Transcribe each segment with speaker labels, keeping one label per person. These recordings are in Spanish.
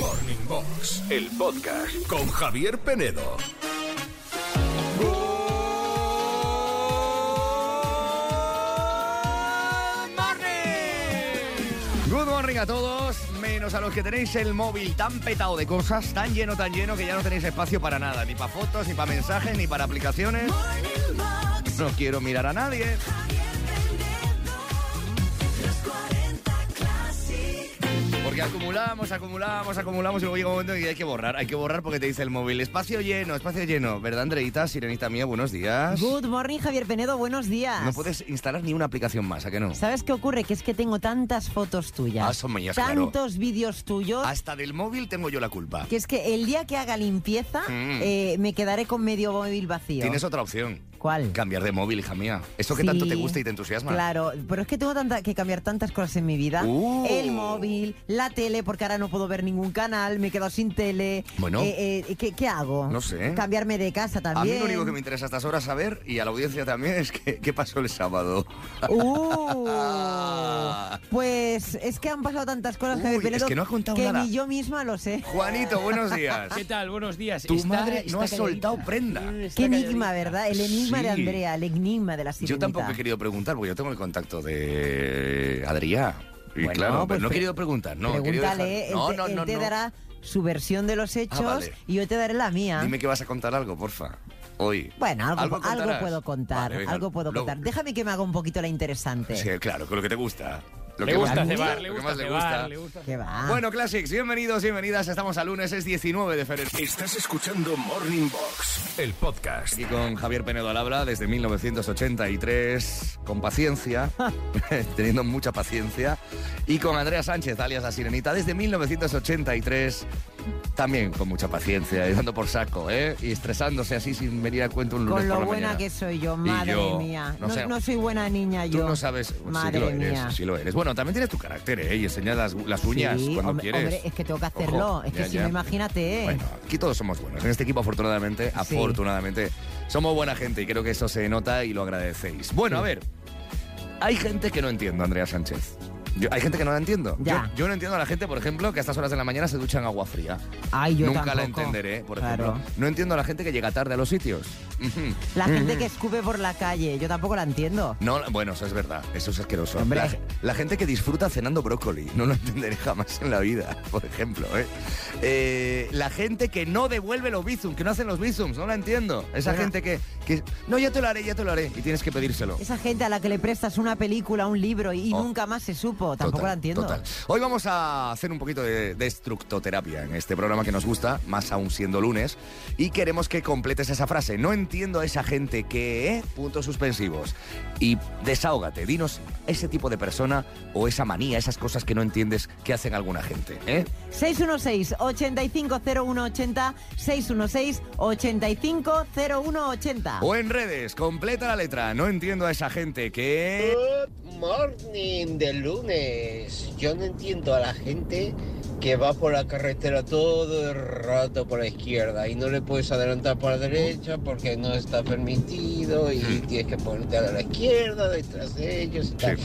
Speaker 1: Morning Box, el podcast con Javier Penedo.
Speaker 2: Good morning a todos, menos a los que tenéis el móvil tan petado de cosas, tan lleno, tan lleno, que ya no tenéis espacio para nada, ni para fotos, ni para mensajes, ni para aplicaciones. No quiero mirar a nadie. Porque acumulamos, acumulamos, acumulamos y luego llega un momento en que hay que borrar, hay que borrar porque te dice el móvil, espacio lleno, espacio lleno, ¿verdad Andreita, Sirenita mía, buenos días?
Speaker 3: Good morning, Javier Penedo, buenos días.
Speaker 2: No puedes instalar ni una aplicación más, ¿a que no?
Speaker 3: ¿Sabes qué ocurre? Que es que tengo tantas fotos tuyas,
Speaker 2: Ah, son mías, claro. Ah,
Speaker 3: tantos vídeos tuyos,
Speaker 2: Hasta del móvil tengo yo la culpa.
Speaker 3: que es que el día que haga limpieza
Speaker 2: Mm.
Speaker 3: eh, me quedaré con medio móvil vacío.
Speaker 2: Tienes otra opción.
Speaker 3: ¿Cuál?
Speaker 2: Cambiar de móvil, hija mía. Eso que
Speaker 3: Sí.
Speaker 2: tanto te gusta y te entusiasma.
Speaker 3: Claro, pero es que tengo tanta, que cambiar tantas cosas en mi vida.
Speaker 2: Uh.
Speaker 3: El móvil, la tele, porque ahora no puedo ver ningún canal, me he quedado sin tele.
Speaker 2: Bueno.
Speaker 3: Eh, eh, ¿qué, qué hago?
Speaker 2: No sé.
Speaker 3: Cambiarme de casa
Speaker 2: A mí
Speaker 3: también.
Speaker 2: lo único que me interesa a estas horas saber, y a la audiencia también, es que, qué pasó el sábado.
Speaker 3: Uh, pues es que han pasado tantas cosas,
Speaker 2: Uy,
Speaker 3: Javier
Speaker 2: es
Speaker 3: Penedo,
Speaker 2: que no has contado nada.
Speaker 3: ni yo misma lo sé.
Speaker 2: Juanito, buenos días.
Speaker 4: ¿Qué tal? Buenos días.
Speaker 2: Tu
Speaker 4: Está-
Speaker 2: madre
Speaker 4: está
Speaker 2: no ha
Speaker 4: calladita.
Speaker 2: soltado prenda.
Speaker 4: Mm, está
Speaker 3: Qué enigma,
Speaker 4: calladita.
Speaker 3: ¿verdad? El enigma de
Speaker 2: Sí.
Speaker 3: Andrea, el enigma de la sirenita.
Speaker 2: Yo tampoco he querido preguntar, porque yo tengo el contacto de Adrián. Y
Speaker 3: Bueno,
Speaker 2: claro,
Speaker 3: pues
Speaker 2: pero no he
Speaker 3: pre-
Speaker 2: querido preguntar, no. he querido
Speaker 3: Pregúntale,
Speaker 2: dejar- No,
Speaker 3: él te,
Speaker 2: no,
Speaker 3: él
Speaker 2: no,
Speaker 3: te
Speaker 2: no.
Speaker 3: dará su versión de los hechos
Speaker 2: vale.
Speaker 3: y yo te daré la mía.
Speaker 2: Dime que vas a contar algo, porfa. Hoy.
Speaker 3: Bueno, algo, algo
Speaker 2: contarás?
Speaker 3: puedo contar,
Speaker 2: Vale, venga,
Speaker 3: algo puedo
Speaker 2: luego.
Speaker 3: contar. Déjame que me haga un poquito la interesante.
Speaker 2: Sí, claro, con lo que te gusta. Lo
Speaker 4: Le
Speaker 2: que más
Speaker 4: gusta
Speaker 2: te
Speaker 4: cebar,
Speaker 2: lo
Speaker 4: le
Speaker 2: que
Speaker 4: gusta
Speaker 2: más
Speaker 4: cebar, le gusta.
Speaker 3: ¿Qué va?
Speaker 2: Bueno, Classics, bienvenidos, bienvenidas. Estamos a lunes, es 19 de febrero.
Speaker 1: Estás escuchando Morning Box, el podcast.
Speaker 2: Y con Javier Penedo al habla desde 1983, con paciencia, teniendo mucha paciencia. Y con Andrea Sánchez, alias La Sirenita, desde 1983, también con mucha paciencia, y dando por saco, ¿eh? Y estresándose así sin venir a cuento un lunes
Speaker 3: Con lo
Speaker 2: por la
Speaker 3: buena
Speaker 2: mañana.
Speaker 3: que soy yo,
Speaker 2: Y
Speaker 3: madre
Speaker 2: yo,
Speaker 3: mía.
Speaker 2: no
Speaker 3: No,
Speaker 2: sé,
Speaker 3: no soy buena niña yo.
Speaker 2: Tú no sabes si
Speaker 3: Madre
Speaker 2: lo
Speaker 3: mía.
Speaker 2: eres, si lo eres. Bueno, también tienes tu carácter, ¿eh? Y enseñas las, las uñas
Speaker 3: Sí,
Speaker 2: cuando
Speaker 3: hombre,
Speaker 2: quieres.
Speaker 3: hombre, es que tengo que hacerlo.
Speaker 2: Ojo,
Speaker 3: es que
Speaker 2: ya,
Speaker 3: si
Speaker 2: ya.
Speaker 3: no, imagínate, ¿eh?
Speaker 2: Bueno, aquí todos somos buenos. En este equipo, afortunadamente, afortunadamente, somos buena gente y creo que eso se nota y lo agradecéis. Bueno, a ver, hay gente que no entiendo, Andrea Sánchez. Yo- hay gente que no la entiendo.
Speaker 3: Ya.
Speaker 2: Yo, yo no entiendo a la gente, por ejemplo, que a estas horas de la mañana se ducha en agua fría.
Speaker 3: Ay, yo
Speaker 2: Nunca la
Speaker 3: tampoco.
Speaker 2: entenderé, por
Speaker 3: Claro.
Speaker 2: ejemplo. No entiendo a la gente que llega tarde a los sitios. Ujú.
Speaker 3: La gente que escupe por la calle, yo tampoco la entiendo.
Speaker 2: No, bueno, eso es verdad, eso es asqueroso.
Speaker 3: Hombre.
Speaker 2: La, la gente que disfruta cenando brócoli, no lo entenderé jamás en la vida, por ejemplo. ¿eh? Eh, la gente que no devuelve los bizums, que no hacen los bizums, no la entiendo. Esa
Speaker 3: Bueno.
Speaker 2: gente que, que, no, ya te lo haré, ya te lo haré, y tienes que pedírselo.
Speaker 3: Esa gente a la que le prestas una película, un libro y
Speaker 2: Oh.
Speaker 3: nunca más se supo, tampoco
Speaker 2: Total,
Speaker 3: la entiendo.
Speaker 2: Total. Hoy vamos a hacer un poquito de, de estructoterapia en este programa que nos gusta, más aún siendo lunes, y queremos que completes esa frase. No entiendo a esa gente que... eh, Puntos suspensivos. Y desahógate, dinos ese tipo de persona o esa manía, esas cosas que no entiendes que hacen alguna gente. ¿eh?
Speaker 3: 616-850180, 616-850180.
Speaker 2: O en redes, completa la letra. No entiendo a esa gente que... eh,
Speaker 5: Good morning de lunes. Yo no entiendo a la gente que va por la carretera todo el rato por la izquierda y no le puedes adelantar por la derecha porque no está permitido y tienes que ponerte a la izquierda detrás de ellos y tal.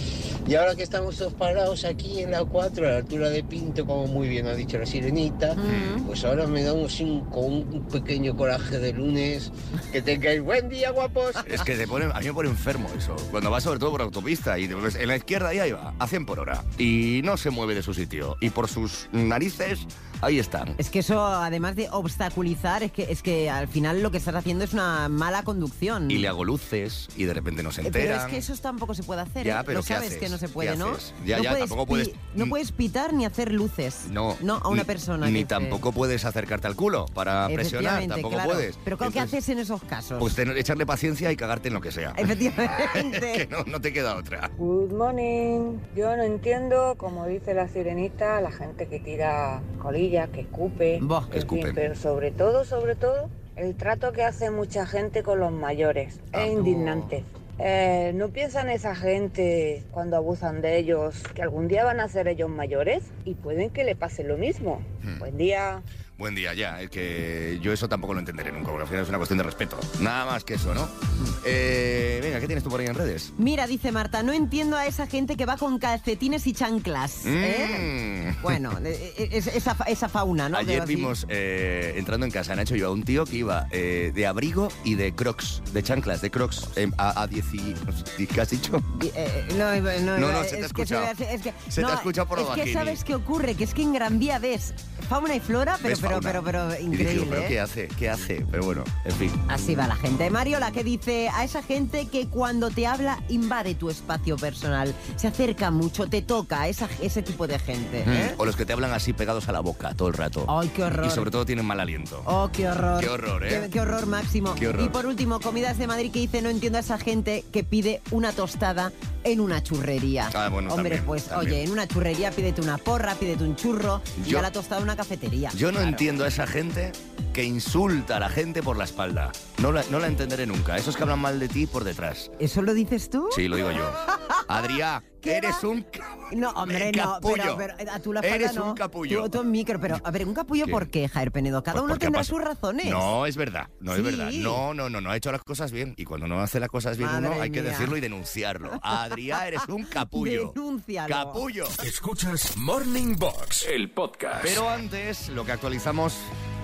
Speaker 5: Y ahora que estamos todos parados aquí en la 4 a la altura de Pinto, como muy bien ha dicho la sirenita,
Speaker 3: Mm.
Speaker 5: pues ahora me da un, cinco- un pequeño coraje de lunes. Que tengáis buen día, guapos.
Speaker 2: Es que te pone, a mí me pone enfermo eso. Cuando vas sobre todo por autopista y te ves en la izquierda y ahí va, a 100 por hora. Y no se mueve de su sitio. Y por sus narices, ahí están.
Speaker 3: Es que eso, además de obstaculizar, es que, es que al final lo que estás haciendo es una mala conducción.
Speaker 2: Y le hago luces y de repente no se
Speaker 3: Eh, Pero es
Speaker 2: enteran.
Speaker 3: que eso tampoco se puede hacer.
Speaker 2: Ya,
Speaker 3: ¿eh?
Speaker 2: pero
Speaker 3: Lo
Speaker 2: ¿qué
Speaker 3: sabes
Speaker 2: haces?
Speaker 3: que no se
Speaker 2: ¿Qué
Speaker 3: puede, ¿no?
Speaker 2: haces? Ya, ya, tampoco
Speaker 3: pi-
Speaker 2: puedes-
Speaker 3: No puedes pitar ni hacer luces.
Speaker 2: No,
Speaker 3: No, a una
Speaker 2: ni-
Speaker 3: persona.
Speaker 2: Ni
Speaker 3: que-
Speaker 2: tampoco puedes acercarte al culo para presionar,
Speaker 3: Efectivamente,
Speaker 2: tampoco
Speaker 3: claro.
Speaker 2: puedes.
Speaker 3: Pero ¿qué
Speaker 2: Entonces,
Speaker 3: haces Eh, en esos casos?
Speaker 2: Pues tener, echarle paciencia y cagarte en lo que sea. que
Speaker 3: Efectivamente.
Speaker 2: no, no te queda otra.
Speaker 6: Good morning. Yo no entiendo, como dice la sirenita, la gente que tira colillas, que escupe,
Speaker 3: Buah,
Speaker 6: en fin,
Speaker 2: escupen.
Speaker 6: pero sobre todo, sobre todo, el trato que hace mucha gente con los mayores.
Speaker 2: Ah,
Speaker 6: es indignante. Eh, ¿No piensan esa gente cuando abusan de
Speaker 2: Hmm.
Speaker 6: ellos que algún día van a ser ellos mayores y pueden que le pase lo mismo? Buen día.
Speaker 2: Buen día, ya. Es que yo eso tampoco lo entenderé nunca, porque al final es una cuestión de respeto. Nada más que eso, ¿no?
Speaker 3: Mm.
Speaker 2: Eh, venga, ¿qué tienes tú por ahí en redes?
Speaker 3: Mira, dice Marta, no entiendo a esa gente que va con calcetines y chanclas. ¿eh?
Speaker 2: Mm.
Speaker 3: Bueno, eh, eh, es- esa, fa- esa fauna, ¿no? Veo
Speaker 2: Ayer
Speaker 3: así.
Speaker 2: vimos, eh, entrando en casa, Nacho y yo, a un tío que iba eh, de abrigo y de crocs, de chanclas, de crocs, em, a, a 10 y... ¿Qué has dicho?
Speaker 3: Eh, eh, No, no,
Speaker 2: No, no,
Speaker 3: es
Speaker 2: se te ha
Speaker 3: que
Speaker 2: escuchado.
Speaker 3: ve- es que-
Speaker 2: Se te ha escuchado por lo
Speaker 3: Es que
Speaker 2: bajini.
Speaker 3: sabes qué ocurre, que es que en Gran Vía ves fauna y flora, pero,
Speaker 2: ¿Ves
Speaker 3: pero,
Speaker 2: fauna?
Speaker 3: pero, pero,
Speaker 2: Y dije,
Speaker 3: increíble.
Speaker 2: ¿pero
Speaker 3: ¿eh?
Speaker 2: qué hace? ¿Qué hace? Pero bueno, en fin.
Speaker 3: Así va la gente. Mario, la que dice a esa gente que cuando te habla invade tu espacio personal, se acerca mucho, te toca, esa, ese tipo de gente. ¿eh?
Speaker 2: O los que te hablan así pegados a la boca todo el rato.
Speaker 3: Ay, qué horror.
Speaker 2: Y sobre todo tienen mal aliento.
Speaker 3: Oh, qué horror.
Speaker 2: Qué horror, ¿eh?
Speaker 3: Qué, qué horror máximo.
Speaker 2: Qué horror.
Speaker 3: Y por último, comidas de Madrid que dice, no entiendo a esa gente que pide una tostada en una churrería.
Speaker 2: Ah, bueno,
Speaker 3: Hombre,
Speaker 2: también,
Speaker 3: pues
Speaker 2: también.
Speaker 3: oye, en una churrería pídete una porra, pídete un churro y
Speaker 2: Yo-
Speaker 3: a la tostada una cafetería.
Speaker 2: Yo no entiendo a esa gente que insulta a la gente por la espalda. No la, no la entenderé nunca. Esos que hablan mal de ti por detrás.
Speaker 3: ¿Eso lo dices tú?
Speaker 2: Sí, lo digo yo. Adrián,
Speaker 3: ¿Qué
Speaker 2: eres
Speaker 3: va?
Speaker 2: un cabrón.
Speaker 3: No, hombre,
Speaker 2: Eh,
Speaker 3: no, pero,
Speaker 2: capullo.
Speaker 3: pero a tú la espalda
Speaker 2: Eres
Speaker 3: no.
Speaker 2: un capullo.
Speaker 3: Tú, tú en micro, pero a ver, un capullo
Speaker 2: ¿Qué?
Speaker 3: ¿por qué, Jair Penedo? Cada
Speaker 2: Pues
Speaker 3: uno
Speaker 2: porque
Speaker 3: tendrá
Speaker 2: ha pas-
Speaker 3: sus razones.
Speaker 2: No, es verdad, no
Speaker 3: Sí.
Speaker 2: es verdad. No, no, no, no, ha hecho las cosas bien. Y cuando no hace las cosas bien
Speaker 3: Madre
Speaker 2: uno, hay que
Speaker 3: mía.
Speaker 2: decirlo y denunciarlo. Adrián, eres un capullo.
Speaker 3: Denúncialo.
Speaker 2: Capullo.
Speaker 1: Escuchas Morning Box, el podcast.
Speaker 2: Pero antes, lo que actualizamos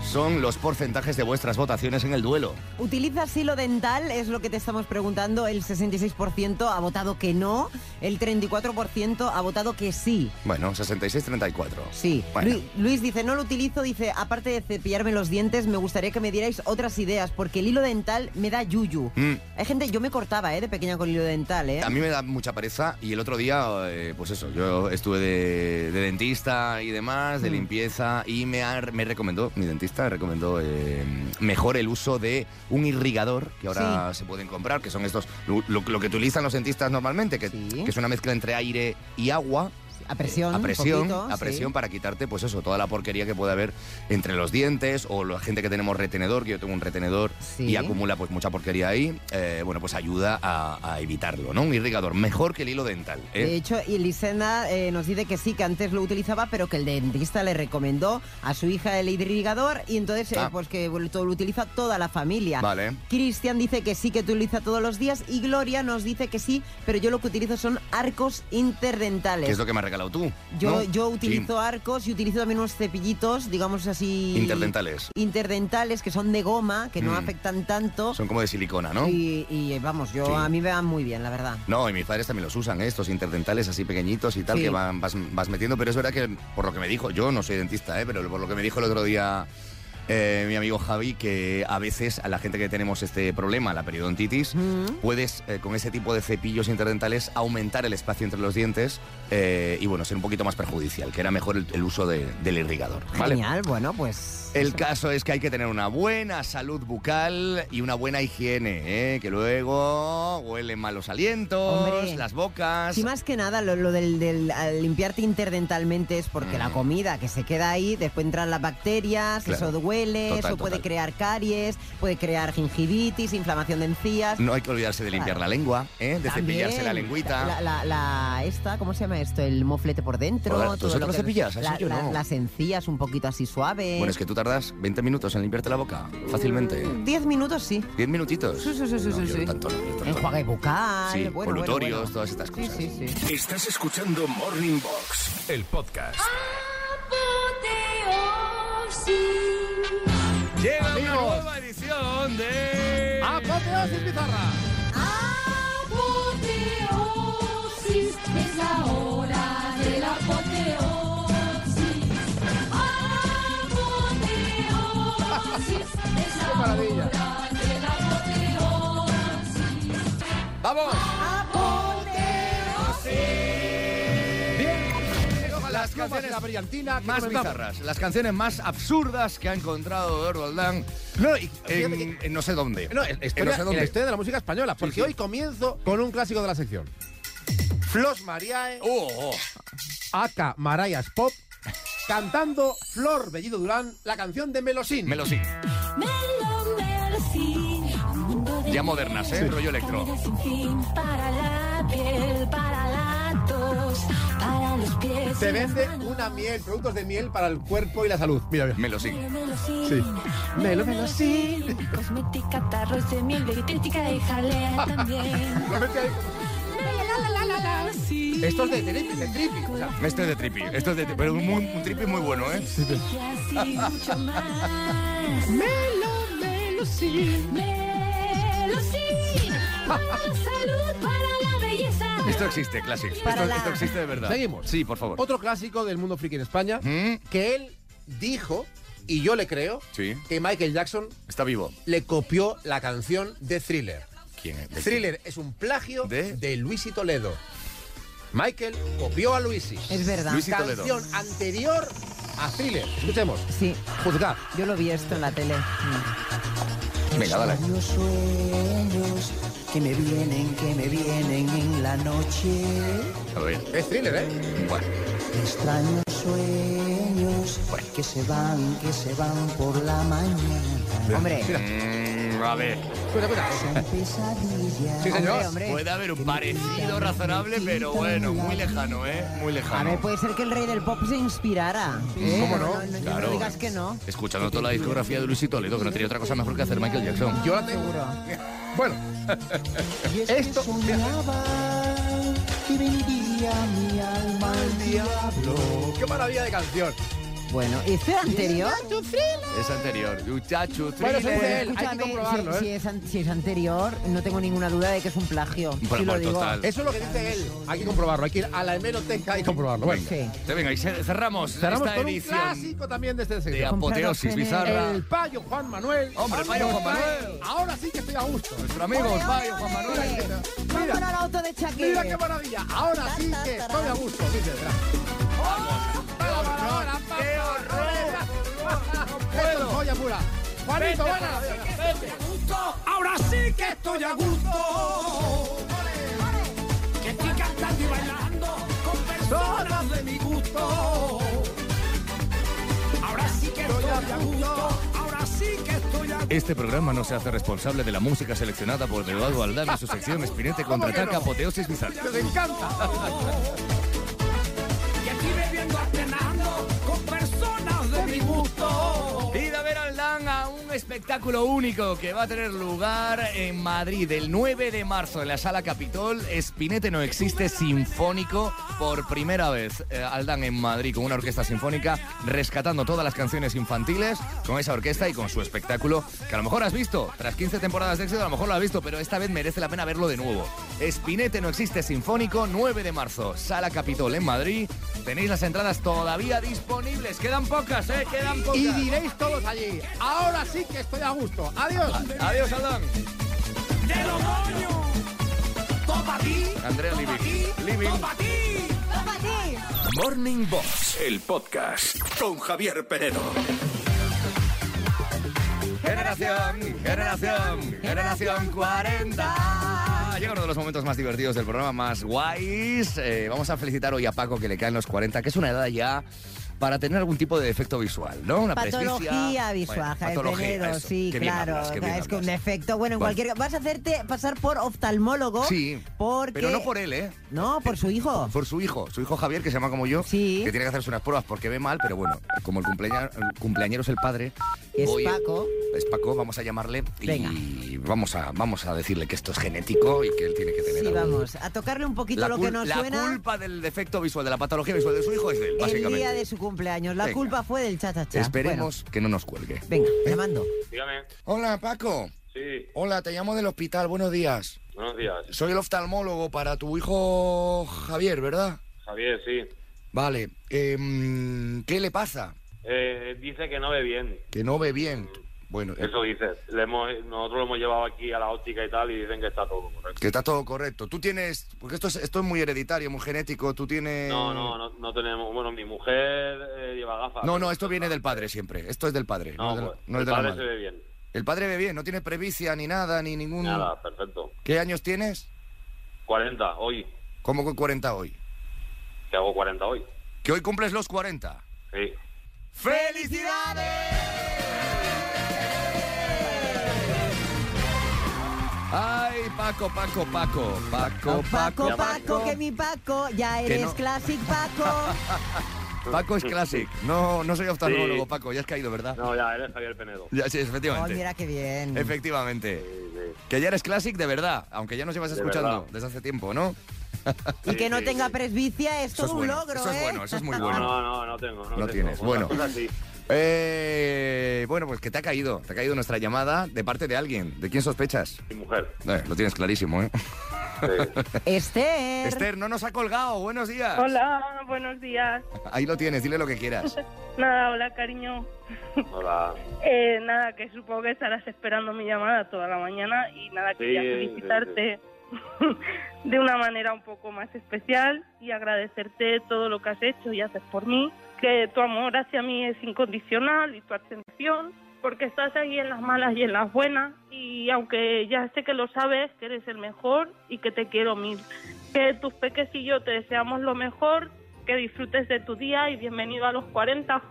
Speaker 2: son los porcentajes de vuestras votaciones en el duelo.
Speaker 3: ¿Utilizas hilo dental? Es lo que te estamos preguntando. El 66% ha votado que no, el 34% ha votado que sí.
Speaker 2: Bueno, 66-34.
Speaker 3: Sí.
Speaker 2: Bueno.
Speaker 3: Lu- Luis dice, no lo utilizo, dice, aparte de cepillarme los dientes, me gustaría que me dierais otras ideas, porque el hilo dental me da yuyu.
Speaker 2: Mm.
Speaker 3: Hay gente, yo me cortaba, ¿eh? De pequeña con hilo dental, ¿eh?
Speaker 2: A mí me da mucha pereza y el otro día, eh, pues eso, yo estuve de, de dentista y demás, de
Speaker 3: Mm.
Speaker 2: limpieza, y me, ha- me recomendó, mi dentista recomendó eh, mejor el uso de un irrigador, que ahora se pueden comprar, que son estos, lo, lo- lo que utilizan los dentistas normalmente, que,
Speaker 3: Sí.
Speaker 2: que es una mezcla entre aire y agua,
Speaker 3: A presión.
Speaker 2: a presión,
Speaker 3: poquito,
Speaker 2: a
Speaker 3: sí.
Speaker 2: presión para quitarte, pues eso, toda la porquería que puede haber entre los dientes o la gente que tenemos retenedor, que yo tengo un retenedor
Speaker 3: Sí.
Speaker 2: y acumula pues mucha porquería ahí, eh, bueno, pues ayuda a, a evitarlo, ¿no? Un irrigador, mejor que el hilo dental. ¿eh?
Speaker 3: De hecho, y Lisenda eh, nos dice que sí, que antes lo utilizaba, pero que el dentista le recomendó a su hija el irrigador y entonces eh,
Speaker 2: Ah.
Speaker 3: pues que bueno, todo, lo utiliza toda la familia.
Speaker 2: Vale.
Speaker 3: Cristian dice que sí, que tú utiliza todos los días y Gloria nos dice que sí, pero yo lo que utilizo son arcos interdentales.
Speaker 2: ¿Qué es lo que me has regalado tú?
Speaker 3: Yo,
Speaker 2: ¿No?
Speaker 3: yo
Speaker 2: Sí.
Speaker 3: utilizo arcos y utilizo también unos cepillitos, digamos así...
Speaker 2: Interdentales.
Speaker 3: Interdentales, que son de goma, que no
Speaker 2: Mm.
Speaker 3: afectan tanto.
Speaker 2: Son como de silicona, ¿no?
Speaker 3: Y, y, eh, vamos, yo
Speaker 2: Sí.
Speaker 3: a mí me van muy bien, la verdad.
Speaker 2: No, y mis padres también los usan, ¿eh? estos interdentales así pequeñitos y tal,
Speaker 3: Sí.
Speaker 2: que van, vas, vas metiendo. Pero es verdad que, por lo que me dijo, yo no soy dentista, ¿eh? pero por lo que me dijo el otro día eh, mi amigo Javi, que a veces a la gente que tenemos este problema, la periodontitis,
Speaker 3: Mm.
Speaker 2: puedes eh, con ese tipo de cepillos interdentales aumentar el espacio entre los dientes eh, y, bueno, ser un poquito más perjudicial, que era mejor el, el uso de- del irrigador. ¿vale?
Speaker 3: Genial, bueno, pues...
Speaker 2: El caso es que hay que tener una buena salud bucal y una buena higiene, ¿eh? que luego huelen malos alientos,
Speaker 3: Hombre.
Speaker 2: las bocas.
Speaker 3: Sí, más que nada, lo, lo del, del, al limpiarte interdentalmente es porque la comida que se queda ahí, después entran las bacterias,
Speaker 2: Mm. Claro.
Speaker 3: eso duele,
Speaker 2: Total,
Speaker 3: eso puede
Speaker 2: total.
Speaker 3: crear caries, puede crear gingivitis, inflamación de encías.
Speaker 2: No hay que olvidarse de limpiar
Speaker 3: Claro.
Speaker 2: la lengua, ¿eh? Mm, de
Speaker 3: También,
Speaker 2: cepillarse la lengüita.
Speaker 3: La, la- la- esta, ¿cómo se llama esto? El moflete por dentro.
Speaker 2: Joder, ¿tú
Speaker 3: todo
Speaker 2: eso
Speaker 3: lo
Speaker 2: te lo
Speaker 3: que-
Speaker 2: cepillas? Así yo no.
Speaker 3: Las encías un poquito así suaves.
Speaker 2: Bueno, es que tú tardas 20 minutos en limpiarte la boca, fácilmente.
Speaker 3: Diez minutos sí.
Speaker 2: 10 minutitos.
Speaker 3: Sí, sí, sí, sí,
Speaker 2: Pues, No,
Speaker 3: sí,
Speaker 2: yo
Speaker 3: sí. Eh,
Speaker 2: tanto no, yo tanto no.
Speaker 3: Enjuague bucal,
Speaker 2: Sí,
Speaker 3: bueno, bueno, bueno.
Speaker 2: colutorios, todas estas cosas.
Speaker 3: Sí, sí, sí.
Speaker 1: Estás escuchando Morning Box, el podcast.
Speaker 2: Llega una nueva edición de...
Speaker 4: ¡Apoteosis Bizarra!
Speaker 7: Apoteosis es la hora de la apoteosis. Apoteosis es la hora de la apoteosis.
Speaker 2: ¡Vamos!
Speaker 3: Ah,
Speaker 2: Bien. Las canciones
Speaker 4: la brillantina, ¿qué
Speaker 2: más
Speaker 4: comentamos?
Speaker 2: bizarras, las canciones más absurdas que ha encontrado Eduardo Aldán no, y- en,
Speaker 4: fíjate
Speaker 2: en no sé dónde.
Speaker 4: No,
Speaker 2: En
Speaker 4: en, historia-
Speaker 2: no sé
Speaker 4: en
Speaker 2: dónde.
Speaker 4: la historia de la música española, porque
Speaker 2: Eh, sí.
Speaker 4: hoy comienzo con un clásico de la sección. Flos Mariae,
Speaker 2: Oh, oh.
Speaker 4: Aka Marayas Pop, cantando Flor Bellido Durán, la canción de Melosín.
Speaker 2: Me lo sí.
Speaker 7: Melo, melo, sí, un mundo de
Speaker 2: Ya modernas, ¿eh?
Speaker 7: miel,
Speaker 2: Rollo electro.
Speaker 7: comida sin fin, Para la piel, para la tos, manos, para los pies.
Speaker 4: Se
Speaker 7: y las
Speaker 4: vende
Speaker 7: manos.
Speaker 4: una miel, productos de miel para el cuerpo y la salud. Mira, mira.
Speaker 2: Me lo sigue.
Speaker 7: Melosin,
Speaker 4: Sí. Melo,
Speaker 7: melosin, Cosmética, tarros de miel, dietética y jalea también.
Speaker 4: Lo mete ahí como-
Speaker 7: Melosin.
Speaker 4: Esto es de tripi, de tripi. o sea,
Speaker 2: Este es de tripi, esto es de tripi, pero un, muy- un tripi muy bueno, ¿eh?
Speaker 7: Y así mucho más. Melo, melosin. Melosin. Para la salud, para la belleza.
Speaker 2: Esto existe, Classic.
Speaker 3: Para
Speaker 2: Esto,
Speaker 3: la-
Speaker 2: esto existe de verdad.
Speaker 4: Seguimos.
Speaker 2: Sí, por favor.
Speaker 4: Otro clásico del mundo friki en España
Speaker 2: ¿Mm?
Speaker 4: que él dijo, y yo le creo,
Speaker 2: Sí.
Speaker 4: que Michael Jackson
Speaker 2: Está vivo.
Speaker 4: le copió la canción de Thriller.
Speaker 2: ¿Quién es? ¿De
Speaker 4: Thriller es un plagio
Speaker 2: ¿De?
Speaker 4: de, Luis y Toledo. Michael copió a Luisi.
Speaker 3: Es verdad.
Speaker 2: Luis y Toledo.
Speaker 4: Canción anterior a Thriller. Escuchemos.
Speaker 3: Sí,
Speaker 4: Juzgar.
Speaker 3: yo lo vi esto en la tele. Mm.
Speaker 2: quién? Venga, dale.
Speaker 8: Los sueños que me vienen, que me vienen en la noche.
Speaker 2: A ver.
Speaker 4: Es Thriller, ¿eh?
Speaker 2: Bueno,
Speaker 8: Extraños sueños que se van, que se van por la mañana.
Speaker 3: Hombre,
Speaker 2: Mm, a ver.
Speaker 4: Escucha, escucha.
Speaker 8: Son pesadillas.
Speaker 4: Sí, señor.
Speaker 3: hombre, hombre.
Speaker 2: Puede haber un parecido razonable, pero bueno, muy lejano, ¿eh? Muy
Speaker 3: A
Speaker 2: lejano.
Speaker 3: ver, puede ser que el rey del pop se inspirara. ¿eh?
Speaker 4: ¿Cómo no?
Speaker 3: no
Speaker 2: Claro.
Speaker 3: digas que no.
Speaker 2: Escuchando toda la discografía de Luis y Toledo, que no tenía otra cosa mejor que hacer Michael Jackson.
Speaker 4: Yo la tengo. Bueno,
Speaker 8: Y es que
Speaker 4: Esto-
Speaker 8: soñaba que vendía mi alma al diablo.
Speaker 4: qué maravilla de canción.
Speaker 3: Bueno, ¿este era anterior?
Speaker 2: Es anterior. Muchacho,
Speaker 4: Bueno, según
Speaker 2: thriller.
Speaker 4: él, hay que
Speaker 3: Escúchame,
Speaker 4: comprobarlo,
Speaker 3: si,
Speaker 4: ¿eh?
Speaker 3: si es, an- si es anterior, no tengo ninguna duda de que es un plagio.
Speaker 2: Bueno,
Speaker 3: sí lo
Speaker 2: pues,
Speaker 3: digo.
Speaker 2: total.
Speaker 4: Eso es lo que dice él. Hay que comprobarlo. Hay que ir a la hemeroteca y comprobarlo. Bueno,
Speaker 3: Sí.
Speaker 2: Te venga, y cer- cerramos,
Speaker 4: cerramos
Speaker 2: esta
Speaker 4: con un
Speaker 2: edición
Speaker 4: clásico también de este
Speaker 2: de
Speaker 4: sector.
Speaker 2: Apoteosis Bizarra.
Speaker 4: El payo Juan Manuel.
Speaker 2: Hombre,
Speaker 4: Vamos,
Speaker 2: payo Juan Manuel.
Speaker 4: Ahora sí que estoy a gusto.
Speaker 2: Nuestro amigo
Speaker 3: Ole,
Speaker 2: Osvaldo,
Speaker 3: ole,
Speaker 2: Juan Manuel.
Speaker 3: ole.
Speaker 4: Mira.
Speaker 3: Vamos al auto de Shakira.
Speaker 4: Mira qué maravilla. Ahora sí que estoy a gusto. Sí, sí, verá. ¡Vamos! ¡Qué horror! ¡Esto es joya pura! ¡Juanito, buena!
Speaker 1: Ahora sí que estoy a gusto. Que estoy cantando y bailando con personas de mi gusto. Ahora sí que estoy a gusto. Ahora sí que estoy a gusto.
Speaker 2: Este programa no se hace responsable de la música seleccionada por Eduardo Aldán en su sección Espinete
Speaker 4: ¿Cómo que
Speaker 2: contraataca
Speaker 4: no?
Speaker 2: Apoteosis Bizarra.
Speaker 4: ¡Nos encanta!
Speaker 1: Que estoy bebiendo, alternando con personas de mi gusto.
Speaker 2: Id a ver Aldán a un espectáculo único que va a tener lugar en Madrid el 9 de marzo en la Sala Capitol. Espinete no existe sinfónico por primera vez. eh, Aldán en Madrid con una orquesta sinfónica rescatando todas las canciones infantiles con esa orquesta y con su espectáculo que a lo mejor has visto. Tras 15 temporadas de éxito a lo mejor lo has visto, pero esta vez merece la pena verlo de nuevo. Espinete no existe sinfónico 9 de marzo, Sala Capitol en Madrid. Tenéis las entradas todavía disponibles. Quedan pocas, ¿eh? Quedan pocas.
Speaker 4: Y diréis todos allí. Ahora sí que estoy a gusto. ¡Adiós!
Speaker 2: Adiós, Adán.
Speaker 1: De los moños. Topa ti.
Speaker 2: Andrea Living. Living.
Speaker 1: Topa ti.
Speaker 2: Morning Box.
Speaker 1: El podcast con Javier Penedo.
Speaker 2: Generación, generación, generación 40. Llega uno de los momentos más divertidos del programa, más guays. Eh, vamos a felicitar hoy a Paco que le caen los 40, que es una edad ya para tener algún tipo de defecto visual, ¿no? Una presbicia.
Speaker 3: Patología
Speaker 2: Bueno,
Speaker 3: visual, Javier
Speaker 2: patología,
Speaker 3: Penedo,
Speaker 2: eso.
Speaker 3: sí,
Speaker 2: Qué bien
Speaker 3: claro.
Speaker 2: hablas, qué bien
Speaker 3: es que un
Speaker 2: hablas.
Speaker 3: defecto. Bueno, en
Speaker 2: Vale.
Speaker 3: cualquier vas a hacerte pasar por oftalmólogo.
Speaker 2: Sí,
Speaker 3: porque...
Speaker 2: pero no por él, ¿eh?
Speaker 3: No, por su hijo.
Speaker 2: Por su hijo, su hijo Javier, que se llama como yo,
Speaker 3: Sí.
Speaker 2: que tiene que hacerse unas pruebas porque ve mal, pero bueno, como el, cumpleaña- el cumpleañero es el padre,
Speaker 3: Es
Speaker 2: voy-
Speaker 3: Paco.
Speaker 2: es Paco, vamos a llamarle
Speaker 3: Venga.
Speaker 2: y vamos a, vamos a decirle que esto es genético y que él tiene que tener
Speaker 3: Sí,
Speaker 2: algún-
Speaker 3: vamos. A tocarle un poquito
Speaker 2: La,
Speaker 3: lo que
Speaker 2: cul-
Speaker 3: nos
Speaker 2: la
Speaker 3: suena.
Speaker 2: culpa del defecto visual, de la patología visual de su hijo es de él,
Speaker 3: el
Speaker 2: básicamente.
Speaker 3: día de su cumpleaños. La
Speaker 2: Venga.
Speaker 3: culpa fue del cha-cha-cha.
Speaker 2: Esperemos eh. que no nos cuelgue.
Speaker 3: Bueno, venga, llamando.
Speaker 9: Dígame,
Speaker 2: Hola, Paco.
Speaker 9: sí,
Speaker 2: Hola, te llamo del hospital, buenos días.
Speaker 9: buenos días.
Speaker 2: Soy el oftalmólogo para tu hijo Javier, ¿verdad?
Speaker 9: Javier, sí.
Speaker 2: Vale, em, ¿qué le pasa?
Speaker 9: Eh, dice que no ve bien.
Speaker 2: Que no ve bien. Bueno, eh,
Speaker 9: Eso dice. Le hemos, nosotros lo hemos llevado aquí a la óptica y tal y dicen que está todo correcto.
Speaker 2: que está todo correcto. Tú tienes, porque esto es, esto es muy hereditario, muy genético, tú tienes...
Speaker 9: No, no, no, no tenemos. Bueno, mi mujer eh, lleva gafas.
Speaker 2: No, no, esto viene del padre siempre. Esto es del padre.
Speaker 9: No,
Speaker 2: es de la-
Speaker 9: pues,
Speaker 2: no
Speaker 9: el
Speaker 2: es de la
Speaker 9: padre se
Speaker 2: madre.
Speaker 9: ve bien.
Speaker 2: El padre ve bien, no tiene previcia ni nada, ni ningún...
Speaker 9: Nada, perfecto.
Speaker 2: ¿Qué años tienes?
Speaker 9: 40, hoy.
Speaker 2: ¿Cómo con 40 hoy?
Speaker 9: Que hago 40 hoy.
Speaker 2: Que hoy cumples los 40.
Speaker 9: Sí.
Speaker 2: ¡Felicidades! ¡Ay, Paco, Paco, Paco, Paco,
Speaker 3: Paco, Paco,
Speaker 2: Paco.
Speaker 9: Paco.
Speaker 3: que mi Paco, ya
Speaker 2: Que
Speaker 3: eres
Speaker 2: no.
Speaker 3: classic Paco.
Speaker 2: Paco es classic. No, no soy oftalmólogo,
Speaker 9: Sí.
Speaker 2: Paco, ya has caído, ¿verdad?
Speaker 9: No, ya, eres Javier Penedo.
Speaker 2: Ya, sí,
Speaker 3: Oh,
Speaker 2: efectivamente.
Speaker 3: mira qué bien.
Speaker 2: Efectivamente.
Speaker 9: Sí, sí.
Speaker 2: Que ya eres classic de verdad, aunque ya nos llevas
Speaker 9: De
Speaker 2: escuchando
Speaker 9: verdad.
Speaker 2: desde hace tiempo, ¿no?
Speaker 3: Y que no
Speaker 9: Sí, sí,
Speaker 3: tenga
Speaker 9: sí.
Speaker 3: presbicia es
Speaker 2: Eso
Speaker 3: todo
Speaker 2: es
Speaker 3: un
Speaker 2: bueno,
Speaker 3: logro,
Speaker 2: eso es
Speaker 3: ¿eh?
Speaker 2: bueno, eso es muy
Speaker 9: No,
Speaker 2: bueno.
Speaker 9: no, no, no tengo. No,
Speaker 2: No
Speaker 9: tengo.
Speaker 2: tienes,
Speaker 9: Por las
Speaker 2: bueno.
Speaker 9: cosas sí.
Speaker 2: Eh, bueno, pues que te ha caído, te ha caído nuestra llamada de parte de alguien. ¿De quién sospechas?
Speaker 9: Mi mujer.
Speaker 2: Eh, lo tienes clarísimo, ¿eh?
Speaker 9: Sí.
Speaker 3: Esther.
Speaker 2: Esther, no nos ha colgado, buenos días.
Speaker 10: Hola, buenos días.
Speaker 2: Ahí lo tienes, dile lo que quieras.
Speaker 10: Nada, hola cariño.
Speaker 9: Hola.
Speaker 10: Eh, nada, que supongo que estarás esperando mi llamada toda la mañana y nada, quería
Speaker 9: sí,
Speaker 10: felicitarte de una manera un poco más especial y agradecerte todo lo que has hecho y haces por mí, que tu amor hacia mí es incondicional y tu atención, porque estás ahí en las malas y en las buenas y aunque ya sé que lo sabes, que eres el mejor y que te quiero mil, que tus peques y yo te deseamos lo mejor, que disfrutes de tu día y bienvenido a los 40.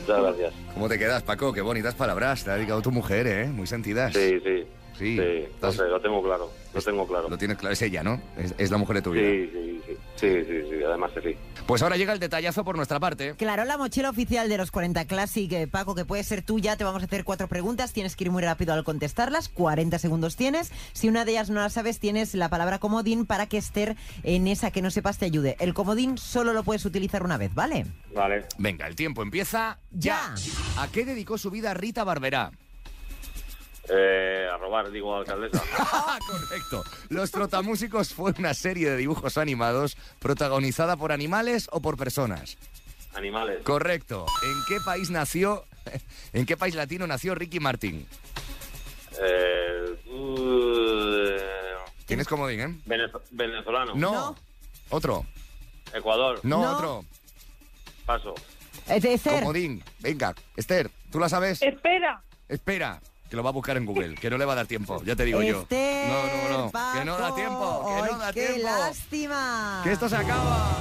Speaker 9: Muchas gracias.
Speaker 2: ¿Cómo te quedas, Paco? Qué bonitas palabras te ha dedicado tu mujer, ¿eh? Muy sentidas.
Speaker 9: Sí, sí.
Speaker 2: Sí.
Speaker 9: Sí, no
Speaker 2: Estás-
Speaker 9: sé, lo tengo claro. Lo tengo claro.
Speaker 2: Lo tienes claro, es ella, ¿no? Es, es la mujer de tu vida.
Speaker 9: Sí, sí, sí. Sí, sí, sí. Además, que sí.
Speaker 2: Pues ahora llega el detallazo por nuestra parte.
Speaker 3: Claro, la mochila oficial de los 40 Classic, eh, Paco, que puede ser tuya. Te vamos a hacer cuatro preguntas. Tienes que ir muy rápido al contestarlas. 40 segundos tienes. Si una de ellas no la sabes, tienes la palabra comodín para que Esther, en esa que no sepas, te ayude. El comodín solo lo puedes utilizar una vez, ¿vale?
Speaker 9: Vale.
Speaker 2: Venga, el tiempo empieza ya. ¿A qué dedicó su vida Rita Barberá?
Speaker 9: Eh, a robar, digo, alcaldesa.
Speaker 2: Ah, Correcto. Los Trotamúsicos fue una serie de dibujos animados protagonizada por animales o por personas.
Speaker 9: Animales.
Speaker 2: Correcto. ¿En qué país nació, en qué país latino nació Ricky Martin?
Speaker 9: Eh, uh,
Speaker 2: Tienes comodín, ¿eh?
Speaker 9: venez- venezolano.
Speaker 2: No. Otro.
Speaker 9: Ecuador.
Speaker 2: No,
Speaker 3: No.
Speaker 2: otro.
Speaker 9: Paso.
Speaker 3: Eh, de Esther.
Speaker 2: Comodín. Venga, Esther, ¿tú la sabes?
Speaker 10: Espera.
Speaker 2: Espera, que lo va a buscar en Google, que no le va a dar tiempo, ya te digo yo.
Speaker 3: Esther,
Speaker 2: No, no, no. que no da
Speaker 3: Paco.
Speaker 2: tiempo, que
Speaker 3: Ay,
Speaker 2: no da
Speaker 3: qué
Speaker 2: tiempo.
Speaker 3: lástima.
Speaker 2: Que esto se acaba.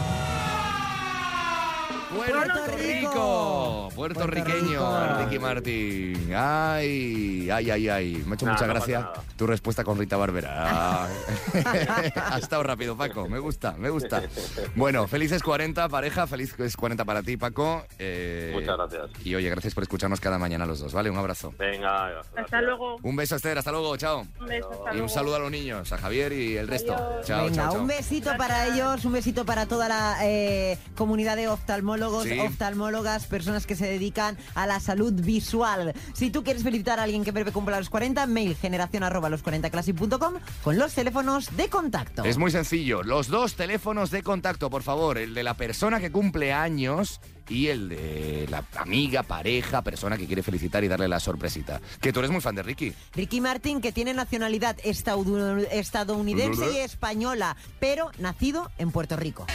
Speaker 2: Puerto
Speaker 3: Puerto Rico.
Speaker 2: Rico, puertorriqueño,
Speaker 3: Rico.
Speaker 2: Ricky Martin. Ay, ay, ay, ay. Me ha hecho
Speaker 9: Nah, no
Speaker 2: mucha
Speaker 9: pasa
Speaker 2: gracia
Speaker 9: nada.
Speaker 2: tu respuesta con Rita Barbera. Ah. ha estado rápido, Paco. Me gusta, me gusta. Bueno, felices 40, pareja. Felices 40 para ti, Paco. Eh,
Speaker 9: Muchas gracias.
Speaker 2: Y oye, gracias por escucharnos cada mañana los dos, ¿vale? Un abrazo.
Speaker 9: Venga.
Speaker 10: Hasta
Speaker 9: gracias.
Speaker 10: luego.
Speaker 2: Un beso, Esther. Hasta luego. Chao.
Speaker 10: Un beso, hasta
Speaker 2: Y un
Speaker 10: luego.
Speaker 2: saludo a los niños, a Javier y el resto. Chao,
Speaker 3: Venga,
Speaker 2: chao, chao.
Speaker 3: un besito para ellos, un besito para toda la eh, comunidad de oftalmólogos,
Speaker 2: Sí.
Speaker 3: oftalmólogas, personas que se dedican a la salud visual. Si tú quieres felicitar a alguien que en breve cumpla los 40, mail generación arroba los 40 classic.com con los teléfonos de contacto.
Speaker 2: Es muy sencillo. Los dos teléfonos de contacto, por favor. El de la persona que cumple años y el de la amiga, pareja, persona que quiere felicitar y darle la sorpresita. Que tú eres muy fan de Ricky.
Speaker 3: Ricky Martin, que tiene nacionalidad estaudu- estadounidense y española, pero nacido en Puerto Rico.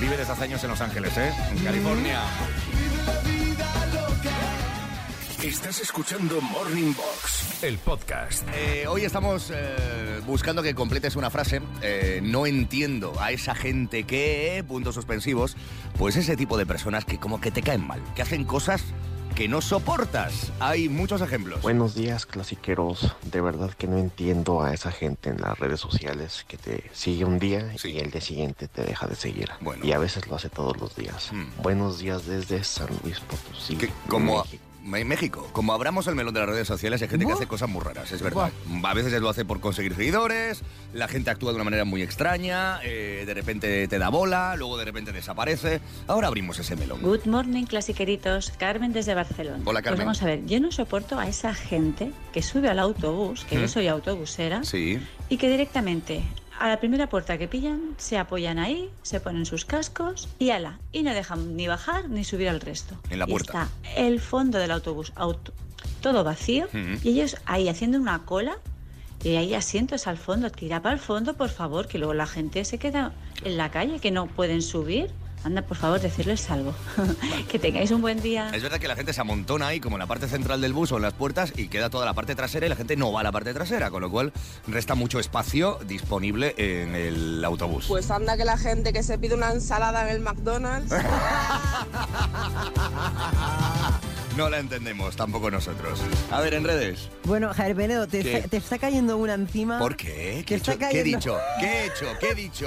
Speaker 2: Vive desde hace años en Los Ángeles, ¿eh? En California.
Speaker 1: Estás escuchando Morning Box, el podcast.
Speaker 2: Eh, hoy estamos eh, buscando que completes una frase. eh, no entiendo a esa gente que... Puntos suspensivos. Pues ese tipo de personas que como que te caen mal. Que hacen cosas que no soportas. Hay muchos ejemplos.
Speaker 11: Buenos días, clasiqueros. De verdad que no entiendo a esa gente en las redes sociales que te sigue un día
Speaker 2: Sí.
Speaker 11: y el día siguiente te deja de seguir.
Speaker 2: Bueno.
Speaker 11: Y a veces lo hace todos los días.
Speaker 2: Mm.
Speaker 11: Buenos días desde San Luis Potosí.
Speaker 2: Que como a-
Speaker 11: México.
Speaker 2: en México, como abramos el melón de las redes sociales, hay gente que
Speaker 3: Buah.
Speaker 2: hace cosas muy raras, es verdad. A veces lo hace por conseguir seguidores, la gente actúa de una manera muy extraña, eh, de repente te da bola, luego de repente desaparece. Ahora abrimos ese melón.
Speaker 10: Good morning, clasiqueritos. Carmen desde Barcelona.
Speaker 2: Hola,
Speaker 10: Pues
Speaker 2: Carmen.
Speaker 10: vamos a ver, yo no soporto a esa gente que sube al autobús, que
Speaker 2: Mm.
Speaker 10: yo soy autobusera,
Speaker 2: Sí,
Speaker 10: y que directamente a la primera puerta que pillan se apoyan ahí, se ponen sus cascos y ala, y no dejan ni bajar ni subir al resto.
Speaker 2: En la
Speaker 10: Y
Speaker 2: puerta.
Speaker 10: está el fondo del autobús auto- todo vacío
Speaker 2: Mm.
Speaker 10: y ellos ahí haciendo una cola. Y ahí asientos al fondo, tira para el fondo, por favor, que luego la gente se queda en la calle, que no pueden subir.
Speaker 12: Anda, por favor, decirles algo. que tengáis un buen día.
Speaker 2: Es verdad que la gente se amontona ahí, como en la parte central del bus o en las puertas, y queda toda la parte trasera y la gente no va a la parte trasera, con lo cual resta mucho espacio disponible en el autobús.
Speaker 13: Pues anda que la gente que se pide una ensalada en el McDonald's.
Speaker 2: Ah, No la entendemos, tampoco nosotros. A ver, en redes.
Speaker 3: Bueno, Javier Penedo, te,
Speaker 2: ¿Qué?
Speaker 3: está, te está cayendo una encima.
Speaker 2: ¿Por qué? ¿Qué, he
Speaker 3: Te Ah. está
Speaker 2: hecho? ¿Qué he
Speaker 3: cayendo.
Speaker 2: dicho? ¿Qué he hecho? ¿Qué he dicho?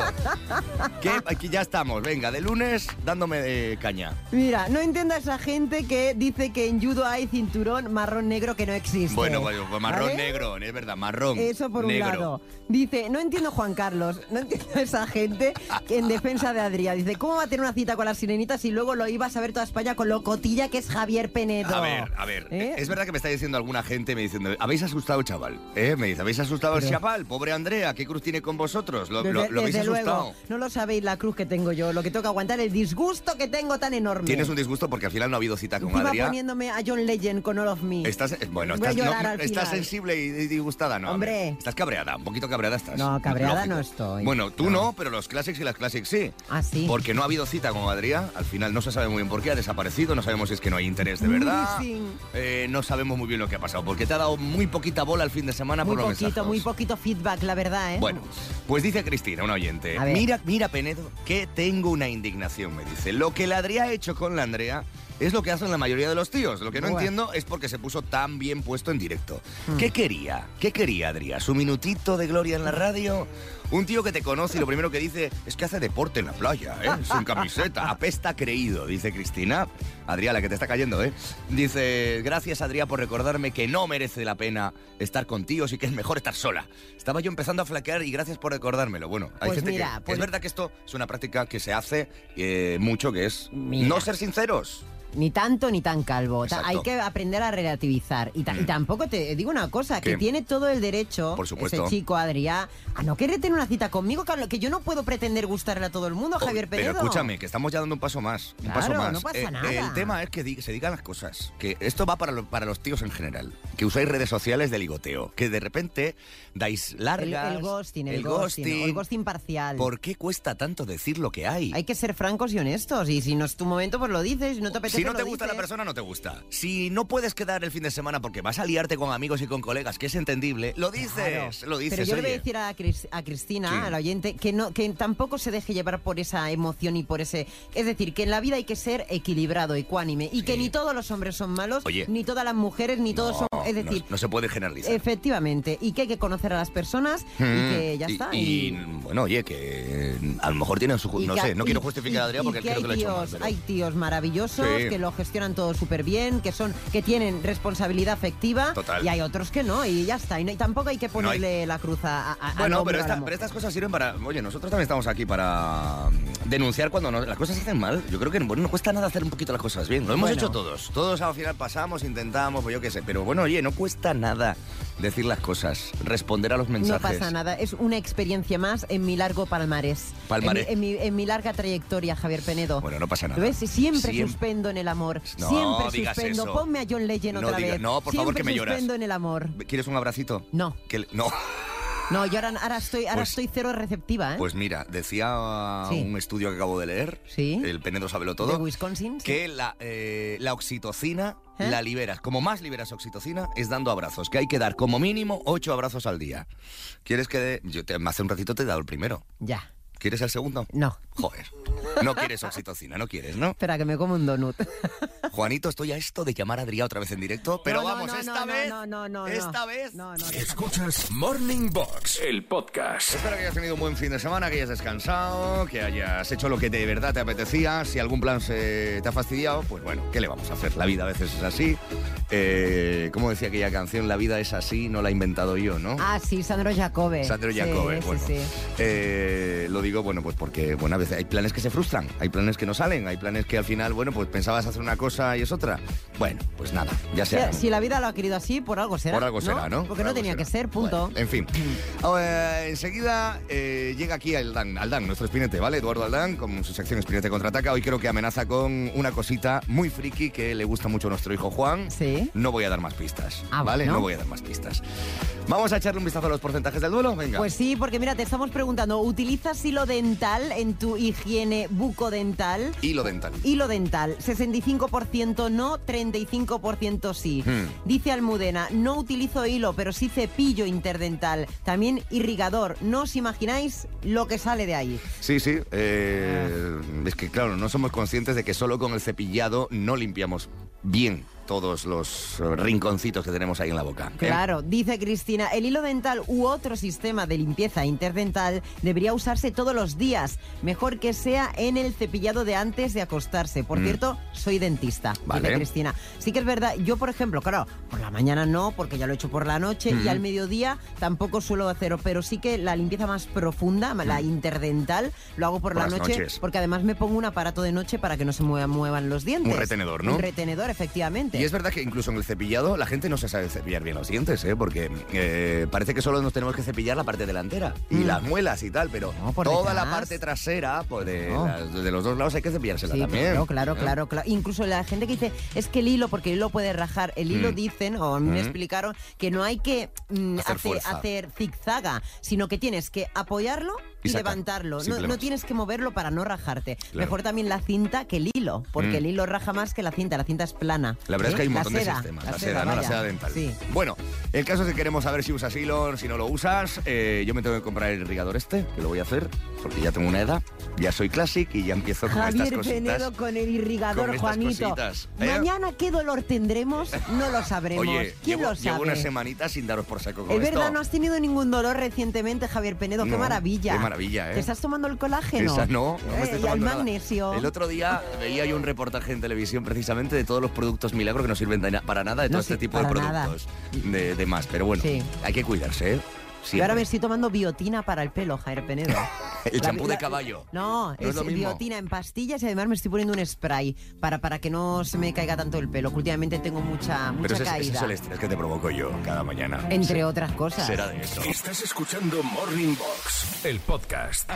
Speaker 2: ¿Qué? Aquí ya estamos, venga, de lunes dándome eh, caña.
Speaker 3: Mira, no entiendo a esa gente que dice que en judo hay cinturón marrón negro que no existe.
Speaker 2: Bueno, bueno, pues marrón
Speaker 3: ¿Vale?
Speaker 2: negro, es verdad, marrón.
Speaker 3: Este. Eso por un
Speaker 2: negro.
Speaker 3: lado. Dice, no entiendo Juan Carlos, no entiendo a esa gente que en defensa de Adrián. Dice, ¿cómo va a tener una cita con las sirenitas si luego lo iba a saber toda España con lo cotilla que es Javier Penedo? ¿Eh?
Speaker 2: A ver, a ver, es verdad que me está diciendo alguna gente, me diciendo, habéis asustado, chaval. ¿Eh? Me dice, ¿habéis asustado al
Speaker 3: Pero-
Speaker 2: chaval? Pobre Andrea, ¿qué cruz tiene con vosotros? Lo,
Speaker 3: Desde,
Speaker 2: lo- lo habéis
Speaker 3: desde
Speaker 2: asustado.
Speaker 3: luego, no lo sabéis la cruz que tengo yo, lo que tengo que aguantar, el disgusto que tengo tan enorme.
Speaker 2: Tienes un disgusto porque al final no ha habido cita con
Speaker 3: Encima
Speaker 2: Adrián.
Speaker 3: poniéndome a John Legend con All of Me.
Speaker 2: Estás, eh, bueno,
Speaker 3: Voy a
Speaker 2: estás,
Speaker 3: llorar
Speaker 2: no,
Speaker 3: al
Speaker 2: estás
Speaker 3: final.
Speaker 2: sensible y disgustada, ¿no? A ver,
Speaker 3: Hombre.
Speaker 2: Estás cabreada, un poquito cabreada estás.
Speaker 3: No, cabreada
Speaker 2: Lógico.
Speaker 3: no estoy.
Speaker 2: Bueno, tú no. pero los Classics y las Classics sí.
Speaker 3: Ah, sí.
Speaker 2: Porque no ha habido cita con Adrián, al final no se sabe muy bien por qué, ha desaparecido, no sabemos si es que no hay interés de verdad.
Speaker 3: Missing.
Speaker 2: Eh, no sabemos muy bien lo que ha pasado, porque te ha dado muy poquita bola el fin de semana
Speaker 3: Muy
Speaker 2: por los
Speaker 3: poquito,
Speaker 2: mensajes.
Speaker 3: muy poquito feedback, la verdad, ¿eh?
Speaker 2: Bueno, pues dice Cristina, una oyente.
Speaker 3: A ver.
Speaker 2: Mira, mira, Penedo, que tengo una indignación, me dice. Lo que la Adrián ha hecho con la Andrea es lo que hacen la mayoría de los tíos. Lo que no
Speaker 14: Bueno.
Speaker 2: entiendo es porque se puso tan bien puesto en directo.
Speaker 3: Hmm.
Speaker 2: ¿Qué quería? ¿Qué quería, Adrián? ¿Su minutito de gloria en la radio? Un tío que te conoce y lo primero que dice es que hace deporte en la playa, ¿eh? Sin camiseta. Apesta creído, dice Cristina. Adrián, la que te está cayendo, ¿eh? Dice, gracias, Adrián, por recordarme que no merece la pena estar con tíos y que es mejor estar sola. Estaba yo empezando a flaquear y gracias por recordármelo. Bueno, hay
Speaker 3: Pues
Speaker 2: gente que-
Speaker 3: mira, pues-
Speaker 2: Es verdad que esto es una práctica que se hace eh, mucho, que es
Speaker 3: Mira.
Speaker 2: no ser sinceros.
Speaker 3: Ni tanto ni tan calvo. Ta-
Speaker 2: Exacto. Mm.
Speaker 3: Hay que aprender a relativizar. Y, ta- y tampoco te digo una cosa,
Speaker 2: ¿Qué?
Speaker 3: que tiene todo el derecho
Speaker 2: Por supuesto.
Speaker 3: ese chico, Adrián, a no querer tener una cita conmigo, Carlos, que yo no puedo pretender gustarle a todo el mundo, Oh, Javier
Speaker 2: Oh, Pero
Speaker 3: Penedo.
Speaker 2: escúchame, que estamos ya dando un paso más. Un
Speaker 3: Claro,
Speaker 2: paso más.
Speaker 3: no pasa
Speaker 2: Eh,
Speaker 3: nada.
Speaker 2: El tema es que di- se digan las cosas. Que esto va para, lo- para los tíos en general. Que usáis redes sociales de ligoteo. Que de repente dais
Speaker 3: El,
Speaker 2: largas.
Speaker 3: el ghosting, el,
Speaker 2: el
Speaker 3: ghosting, o el
Speaker 2: ghosting.
Speaker 3: ghosting parcial.
Speaker 2: ¿Por qué cuesta tanto decir lo que hay?
Speaker 3: Hay que ser francos y honestos. Y si no es tu momento, pues lo dices. Si no te apetece,
Speaker 2: Si no
Speaker 3: lo
Speaker 2: te gusta la
Speaker 3: dices.
Speaker 2: persona, no te gusta. Si no puedes quedar el fin de semana porque vas a liarte con amigos y con colegas, que es entendible, lo dices,
Speaker 3: Claro.
Speaker 2: lo dices.
Speaker 3: Pero yo le voy a
Speaker 2: oye.
Speaker 3: decir a, Cris- a Cristina,
Speaker 2: Sí.
Speaker 3: a la oyente, que, no, que tampoco se deje llevar por esa emoción y por ese... Es decir, que en la vida hay que ser equilibrado, ecuánime, y que ni todos los hombres son malos,
Speaker 2: Oye.
Speaker 3: ni todas las mujeres, ni todos son... Es
Speaker 2: no,
Speaker 3: decir, eh,
Speaker 2: no se puede generalizar.
Speaker 3: efectivamente, y que hay que conocer a las personas
Speaker 2: Mm,
Speaker 3: y que ya está.
Speaker 2: y- bueno, oye, que eh, a lo mejor tienen su... ju-
Speaker 3: y
Speaker 2: No
Speaker 3: que-
Speaker 2: sé, no quiero
Speaker 3: y-
Speaker 2: justificar a
Speaker 3: y-
Speaker 2: Adrián
Speaker 3: y
Speaker 2: porque creo
Speaker 3: hay
Speaker 2: que lo he hecho
Speaker 3: tíos,
Speaker 2: mal. pero-
Speaker 3: Hay tíos maravillosos
Speaker 2: Sí.
Speaker 3: que lo gestionan todo súper bien, que son, que tienen responsabilidad afectiva
Speaker 2: Total.
Speaker 3: y hay otros que no, y ya está. Y, no- y tampoco hay que
Speaker 2: No hay-
Speaker 3: ponerle la cruz a, a- a- al
Speaker 2: Bueno,
Speaker 3: hombre
Speaker 2: pero,
Speaker 3: o a la
Speaker 2: esta-
Speaker 3: mujer.
Speaker 2: pero estas cosas sirven para... Oye, nosotros también estamos aquí para mm, denunciar cuando no- las cosas se hacen mal. Yo creo que bueno, no cuesta nada hacer un poquito las cosas bien. Lo hemos
Speaker 3: Bueno.
Speaker 2: hecho todos. Todos al final pasamos, intentamos, pues yo qué sé. Pero bueno, oye, no cuesta nada decir las cosas, responder a los mensajes.
Speaker 3: No pasa nada, es una experiencia más en mi largo palmarés.
Speaker 2: Palmarés.
Speaker 3: En mi, en mi- en mi larga trayectoria, Javier Penedo.
Speaker 2: Bueno, no pasa nada.
Speaker 3: ¿Lo ves? Siempre,
Speaker 2: Siem-
Speaker 3: suspendo en el amor.
Speaker 2: No
Speaker 3: Siempre
Speaker 2: digas
Speaker 3: suspendo.
Speaker 2: eso.
Speaker 3: Ponme a John Legend
Speaker 2: No
Speaker 3: otra
Speaker 2: diga-
Speaker 3: vez.
Speaker 2: no, por favor,
Speaker 3: Siempre
Speaker 2: que me lloras.
Speaker 3: suspendo en el amor.
Speaker 2: ¿Quieres un abracito?
Speaker 3: No.
Speaker 2: Que le- No.
Speaker 3: No, yo ahora, ahora estoy, ahora
Speaker 2: Pues-
Speaker 3: estoy cero receptiva, ¿eh?
Speaker 2: Pues mira, decía
Speaker 3: Sí.
Speaker 2: un estudio que acabo de leer, el Penedo Sabelo
Speaker 3: De
Speaker 2: Todo,
Speaker 3: Wisconsin. sí.
Speaker 2: que la, eh, la oxitocina
Speaker 3: ¿Eh?
Speaker 2: la liberas. Como más liberas oxitocina es dando abrazos, que hay que dar como mínimo ocho abrazos al día. ¿Quieres que dé? Yo te- hace un ratito te he dado el primero.
Speaker 3: Ya.
Speaker 2: ¿Quieres el segundo?
Speaker 3: No.
Speaker 2: Joder. No quieres oxitocina, no quieres, ¿no?
Speaker 3: Espera, que me como un donut.
Speaker 2: Juanito, estoy a esto de llamar a Adrián otra vez en directo, pero
Speaker 3: No, no,
Speaker 2: vamos,
Speaker 3: no,
Speaker 2: esta
Speaker 3: no, no,
Speaker 2: vez...
Speaker 3: No, no, no,
Speaker 2: esta
Speaker 3: vez. No, no.
Speaker 2: Escuchas Morning Box, el podcast. Espero que hayas tenido un buen fin de semana, que hayas descansado, que hayas hecho lo que de verdad te apetecía. Si algún plan se te ha fastidiado, pues bueno, ¿qué le vamos a hacer? La vida a veces es así. Eh, como decía aquella canción, la vida es así, no la he inventado yo, ¿no?
Speaker 3: Ah, sí, Sandro Jacobe.
Speaker 2: Sandro
Speaker 3: Sí,
Speaker 2: Jacobe,
Speaker 3: sí,
Speaker 2: bueno.
Speaker 3: sí.
Speaker 2: Eh, lo digo, bueno, pues porque, bueno, a veces hay planes que se frustran, hay planes que no salen, hay planes que al final, bueno, pues pensabas hacer una cosa cosa y es otra. Bueno, pues nada, ya
Speaker 3: Si,
Speaker 2: sea.
Speaker 3: si la vida lo ha querido así, por algo será.
Speaker 2: Por algo será, ¿no?
Speaker 3: Porque
Speaker 2: Por
Speaker 3: no
Speaker 2: algo
Speaker 3: tenía
Speaker 2: será.
Speaker 3: que ser, punto. Mm.
Speaker 2: En fin. Eh, enseguida eh, llega aquí Aldán, Aldán, nuestro espinete, ¿vale? Eduardo Aldán, con su sección Espinete Contraataca. Hoy creo que amenaza con una cosita muy friki que le gusta mucho a nuestro hijo Juan.
Speaker 3: Sí.
Speaker 2: No voy a dar más pistas,
Speaker 3: Ah,
Speaker 2: ¿vale?
Speaker 3: bueno.
Speaker 2: No voy a dar más pistas. Vamos a echarle un vistazo a los porcentajes del duelo, venga.
Speaker 3: Pues sí, porque mira, te estamos preguntando, ¿utilizas hilo dental en tu higiene bucodental?
Speaker 2: Y lo dental.
Speaker 3: Hilo dental, 65% no, 35% sí.
Speaker 2: Hmm.
Speaker 3: Dice Almudena, no utilizo hilo, pero sí cepillo interdental, también irrigador. No os imagináis lo que sale de ahí.
Speaker 2: Sí, sí. eh, es que, claro, no somos conscientes de que solo con el cepillado no limpiamos bien todos los eh, rinconcitos que tenemos ahí en la boca. ¿eh?
Speaker 3: Claro, dice Cristina, el hilo dental u otro sistema de limpieza interdental debería usarse todos los días, mejor que sea en el cepillado de antes de acostarse. Por
Speaker 2: Mm.
Speaker 3: cierto, soy dentista,
Speaker 2: Vale.
Speaker 3: dice Cristina. Sí que es verdad, yo por ejemplo, claro, por la mañana no, porque ya lo he hecho por la noche y
Speaker 2: Mm.
Speaker 3: al mediodía tampoco suelo hacerlo, pero sí que la limpieza más profunda, la interdental, lo hago por,
Speaker 2: Mm. Por
Speaker 3: la
Speaker 2: las
Speaker 3: noche,
Speaker 2: noches.
Speaker 3: porque además me pongo un aparato de noche para que no se muevan, muevan los dientes.
Speaker 2: retenedor, ¿no?
Speaker 3: Un retenedor, efectivamente.
Speaker 2: Y es verdad que incluso en el cepillado la gente no se sabe cepillar bien los dientes, ¿eh? porque eh, parece que solo nos tenemos que cepillar la parte delantera y las muelas y tal, pero
Speaker 3: Mm. por
Speaker 2: toda la
Speaker 3: detrás.
Speaker 2: parte trasera pues, de,
Speaker 3: No.
Speaker 2: las- de los dos lados hay que cepillársela
Speaker 3: Sí,
Speaker 2: también.
Speaker 3: Claro, claro,
Speaker 2: ¿eh?
Speaker 3: claro, claro. Incluso la gente que dice, es que el hilo, porque el hilo puede rajar, el hilo
Speaker 2: Mm.
Speaker 3: dicen, o a mí me
Speaker 2: Mm.
Speaker 3: explicaron, que no hay que mm,
Speaker 2: Hacer
Speaker 3: hacer,
Speaker 2: fuerza.
Speaker 3: hacer zigzaga, sino que tienes que apoyarlo
Speaker 2: Y
Speaker 3: y,
Speaker 2: sacar,
Speaker 3: levantarlo. No-
Speaker 2: simple
Speaker 3: No,
Speaker 2: más.
Speaker 3: tienes que moverlo para no rajarte.
Speaker 2: Claro.
Speaker 3: Mejor también la cinta que el hilo, porque
Speaker 2: Mm.
Speaker 3: el hilo raja más que la cinta, la cinta es plana.
Speaker 2: La verdad es
Speaker 3: ¿eh?
Speaker 2: que hay un
Speaker 3: La
Speaker 2: montón
Speaker 3: seda,
Speaker 2: de sistemas. La, seda, ¿no? La
Speaker 3: vaya.
Speaker 2: seda dental.
Speaker 3: Sí.
Speaker 2: Bueno, el caso es que queremos saber si usas hilo, si no lo usas. Eh, yo me tengo que comprar el irrigador este, que lo voy a hacer, porque ya tengo una edad, ya soy classic y ya empiezo con estas
Speaker 3: Javier
Speaker 2: cositas.
Speaker 3: Penedo con el irrigador,
Speaker 2: con estas
Speaker 3: Juanito.
Speaker 2: cositas, ¿eh?
Speaker 3: Mañana qué dolor tendremos, no lo sabremos.
Speaker 2: Oye,
Speaker 3: ¿Quién
Speaker 2: llevo,
Speaker 3: lo sabe?
Speaker 2: llevo una semanita sin daros por saco con
Speaker 3: Es verdad,
Speaker 2: esto.
Speaker 3: no has tenido ningún dolor recientemente, Javier Penedo.
Speaker 2: No,
Speaker 3: qué maravilla.
Speaker 2: qué maravilla, ¿eh?
Speaker 3: Te estás tomando el colágeno.
Speaker 2: Esa no, no me estoy
Speaker 3: Eh, y el
Speaker 2: tomando nada.
Speaker 3: magnesio.
Speaker 2: El otro día veía yo un reportaje en televisión precisamente de todos los productos milagro que no sirven de na- para nada, de
Speaker 3: No
Speaker 2: todo
Speaker 3: sir-
Speaker 2: este tipo de
Speaker 3: para nada.
Speaker 2: productos de, de más. Pero bueno,
Speaker 3: Sí.
Speaker 2: hay que cuidarse, ¿eh?
Speaker 3: Yo ahora me
Speaker 2: Siempre.
Speaker 3: estoy tomando biotina para el pelo, Javier Penedo.
Speaker 2: El
Speaker 3: La-
Speaker 2: champú de
Speaker 3: la-
Speaker 2: caballo.
Speaker 3: No,
Speaker 2: es
Speaker 3: es,
Speaker 2: lo mismo.
Speaker 3: biotina en pastillas y además me estoy poniendo un spray para, para que no se me caiga tanto el pelo. que últimamente tengo mucha, mucha
Speaker 2: Pero ese, es- ese
Speaker 3: caída.
Speaker 2: es el estrés que te provoco yo cada mañana.
Speaker 3: entre
Speaker 2: Sí.
Speaker 3: otras cosas.
Speaker 2: Será de eso.
Speaker 14: Estás escuchando Morning Box, el podcast.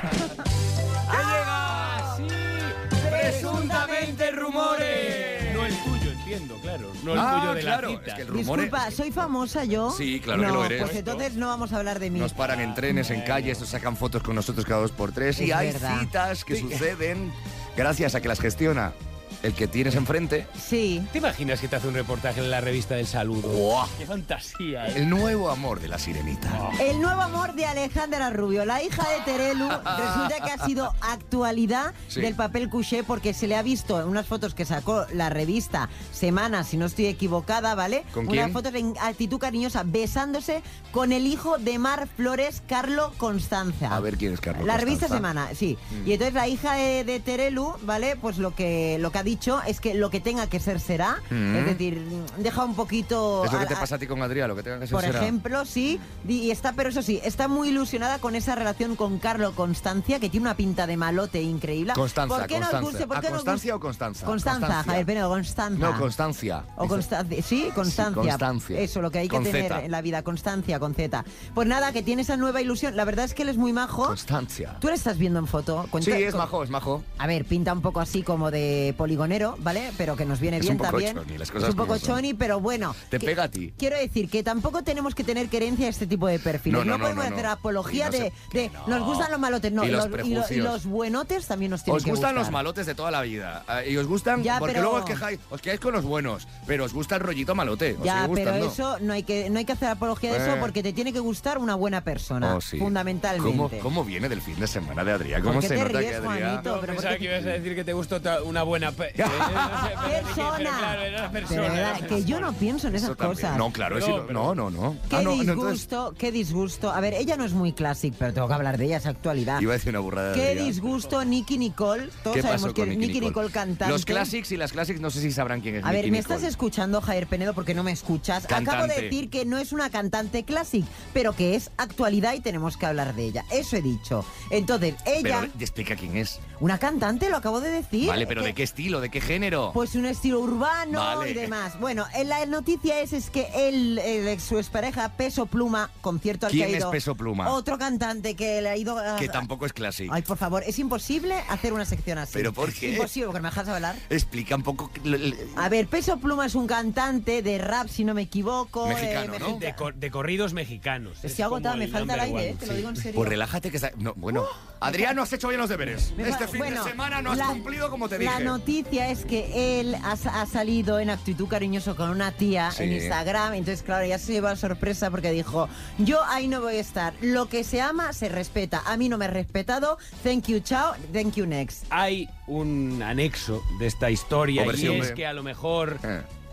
Speaker 1: Presuntamente rumores.
Speaker 15: No el tuyo, entiendo, claro. No el
Speaker 2: Ah,
Speaker 15: tuyo de
Speaker 2: claro,
Speaker 15: la cita.
Speaker 2: es que el rumor-
Speaker 3: Disculpa, ¿soy famosa yo?
Speaker 2: Sí, claro que
Speaker 3: No,
Speaker 2: lo eres.
Speaker 3: Pues entonces no vamos a hablar de mí.
Speaker 2: Nos paran en trenes, en calles, nos sacan fotos con nosotros cada dos por tres. y
Speaker 3: eh. Es
Speaker 2: hay
Speaker 3: verdad.
Speaker 2: citas que suceden gracias a que las gestiona el que tienes enfrente.
Speaker 3: Sí.
Speaker 15: ¿Te imaginas que te hace un reportaje en la revista del saludo?
Speaker 2: ¡Guau!
Speaker 15: Oh, ¡Qué fantasía! ¿eh?
Speaker 2: El nuevo amor de la sirenita.
Speaker 3: El nuevo amor de Alejandra Rubio, la hija de Terelu, resulta que ha sido actualidad
Speaker 2: Sí.
Speaker 3: del papel couché porque se le ha visto en unas fotos que sacó la revista Semana, si no estoy equivocada, ¿vale?
Speaker 2: ¿Con
Speaker 3: unas
Speaker 2: quién?
Speaker 3: fotos en actitud cariñosa, besándose con el hijo de Mar Flores, Carlo Constanza.
Speaker 2: A ver quién es Mm. Carlos.
Speaker 3: La revista
Speaker 2: Costanza.
Speaker 3: Semana, sí. Y entonces la hija de, de Terelu, ¿vale? Pues lo que, lo que ha dicho es que lo que tenga que ser será.
Speaker 2: Mm.
Speaker 3: Es decir, deja un poquito...
Speaker 2: Es lo que
Speaker 3: a-
Speaker 2: te
Speaker 3: a-
Speaker 2: pasa a ti con Adrián, lo que tenga que ser
Speaker 3: por
Speaker 2: será.
Speaker 3: ejemplo, sí, di- y está, pero eso sí, está muy ilusionada con esa relación con Carlo Constancia, que tiene una pinta de malote increíble.
Speaker 2: Constanza,
Speaker 3: ¿Por qué
Speaker 2: Constanza.
Speaker 3: nos guste? ¿Por
Speaker 2: ¿A
Speaker 3: qué nos
Speaker 2: Constancia
Speaker 3: guste?
Speaker 2: o Constanza?
Speaker 3: Constanza,
Speaker 2: Constancia.
Speaker 3: Javier Penedo, Constanza.
Speaker 2: No, Constancia.
Speaker 3: O
Speaker 2: Dice-
Speaker 3: Constancia, sí, Constancia.
Speaker 2: Constancia.
Speaker 3: Eso, lo que hay que
Speaker 2: Con
Speaker 3: tener
Speaker 2: Z.
Speaker 3: en la vida, Constancia, con Z. Pues nada, que tiene esa nueva ilusión. La verdad es que él es muy majo.
Speaker 2: Constancia.
Speaker 3: Tú le estás viendo en foto.
Speaker 2: Sí,
Speaker 3: Cuenta-
Speaker 2: es
Speaker 3: con-
Speaker 2: majo, es majo.
Speaker 3: a ver, pinta un poco así como de poligonero, ¿vale? Pero que nos viene
Speaker 2: Es
Speaker 3: bien
Speaker 2: un poco
Speaker 3: también.
Speaker 2: choni, las cosas
Speaker 3: es un poco
Speaker 2: como son.
Speaker 3: choni, pero bueno.
Speaker 2: Te
Speaker 3: que-
Speaker 2: pega a ti.
Speaker 3: Quiero decir que tampoco tenemos que tener querencia a este tipo de perfiles.
Speaker 2: No,
Speaker 3: No,
Speaker 2: no, no,
Speaker 3: podemos
Speaker 2: no, no.
Speaker 3: hacer apología
Speaker 2: Y no
Speaker 3: de,
Speaker 2: se-
Speaker 3: de
Speaker 2: que no.
Speaker 3: nos gustan los malotes. No,
Speaker 2: Y los
Speaker 3: y lo- y
Speaker 2: prejuicios.
Speaker 3: los buenotes también nos tienen
Speaker 2: Os
Speaker 3: que
Speaker 2: gustan los
Speaker 3: gustar.
Speaker 2: malotes de toda la vida. Ah, Y os gustan
Speaker 3: Ya,
Speaker 2: porque
Speaker 3: pero-
Speaker 2: luego os quejáis, os quedáis con los buenos, pero os gusta el rollito malote. Os
Speaker 3: Ya,
Speaker 2: sigue
Speaker 3: pero
Speaker 2: gustando.
Speaker 3: eso no hay que no hay que hacer apología de
Speaker 2: Eh.
Speaker 3: eso porque te tiene que gustar una buena persona,
Speaker 2: Oh, sí.
Speaker 3: fundamentalmente.
Speaker 2: ¿Cómo, cómo viene del fin de semana de Adrián? ¿Cómo
Speaker 3: ¿Por qué
Speaker 2: se
Speaker 3: te
Speaker 2: nota
Speaker 3: ríes,
Speaker 2: que Adrián?
Speaker 3: Juanito?
Speaker 15: Yo
Speaker 3: pero
Speaker 15: pensaba
Speaker 3: porque-
Speaker 15: que ibas a decir que te gustó ta- una buena pe- eh, no sé, pero dije, pero
Speaker 3: Persona.
Speaker 15: claro, era una persona,
Speaker 3: De verdad,
Speaker 15: era una
Speaker 3: que yo no pienso en esas
Speaker 2: Eso también.
Speaker 3: cosas.
Speaker 2: No, claro, es-
Speaker 15: No,
Speaker 2: no, no, no.
Speaker 3: Qué
Speaker 2: Ah, no, no,
Speaker 3: disgusto,
Speaker 2: entonces-
Speaker 3: qué disgusto. A ver, ella no es muy clásica, pero tengo que hablar de ella, es actualidad.
Speaker 2: Iba a decir una burrada de
Speaker 3: Qué
Speaker 2: Adrián.
Speaker 3: disgusto, Nicky Nicole. Todos
Speaker 2: ¿Qué
Speaker 3: sabemos
Speaker 2: pasó
Speaker 3: que
Speaker 2: con
Speaker 3: Nicky Nicole, cantante.
Speaker 2: Los clásics y las clásics no sé si sabrán quién es
Speaker 3: A ver,
Speaker 2: Nicky
Speaker 3: ¿me
Speaker 2: Nicole.
Speaker 3: estás escuchando, Javier Penedo, porque no me escuchas? Acabo
Speaker 2: Cantante.
Speaker 3: de decir que no es una cantante clásica, pero que es actualidad y tenemos que hablar de ella. Eso he dicho. Entonces, ella,
Speaker 2: Pero te explica quién es.
Speaker 3: una cantante, lo acabo de decir.
Speaker 2: Vale, pero ¿de qué estilo? estilo? ¿De qué género?
Speaker 3: Pues un estilo urbano
Speaker 2: Vale.
Speaker 3: y demás. Bueno, eh, la noticia es, es que él, eh, su expareja Peso Pluma, concierto al
Speaker 2: ¿Quién
Speaker 3: que ha
Speaker 2: es
Speaker 3: ido-
Speaker 2: Peso Pluma?
Speaker 3: Otro cantante que le ha ido... a-
Speaker 2: que tampoco es clásico.
Speaker 3: Ay, por favor, es imposible hacer una sección así.
Speaker 2: ¿Pero por qué?
Speaker 3: Es imposible, porque me dejas hablar.
Speaker 2: Explica un poco... que- le- le-
Speaker 3: A ver, Peso Pluma es un cantante de rap, si no me equivoco. eh, mexicano.
Speaker 16: De, cor- de corridos mexicanos.
Speaker 3: Estoy agotada, me falta el aire, eh, te lo digo en serio. Oh,
Speaker 2: Pues relájate que está... no, bueno, Adrián, no has hecho bien los deberes.
Speaker 3: Me
Speaker 2: Este
Speaker 3: fa-
Speaker 2: fin
Speaker 3: bueno,
Speaker 2: de semana no has
Speaker 3: la-
Speaker 2: cumplido como te dije.
Speaker 3: La noticia es que él ha, sa- ha salido en actitud cariñoso con una tía
Speaker 2: Sí.
Speaker 3: en Instagram. Entonces, claro, ya se llevó la sorpresa porque dijo, yo ahí no voy a estar. Lo que se ama se respeta. A mí no me has respetado. Thank you, chao. Thank you, next.
Speaker 16: Hay un anexo de esta historia
Speaker 2: Pobre
Speaker 16: y
Speaker 2: sí,
Speaker 16: es
Speaker 2: hombre.
Speaker 16: que a lo mejor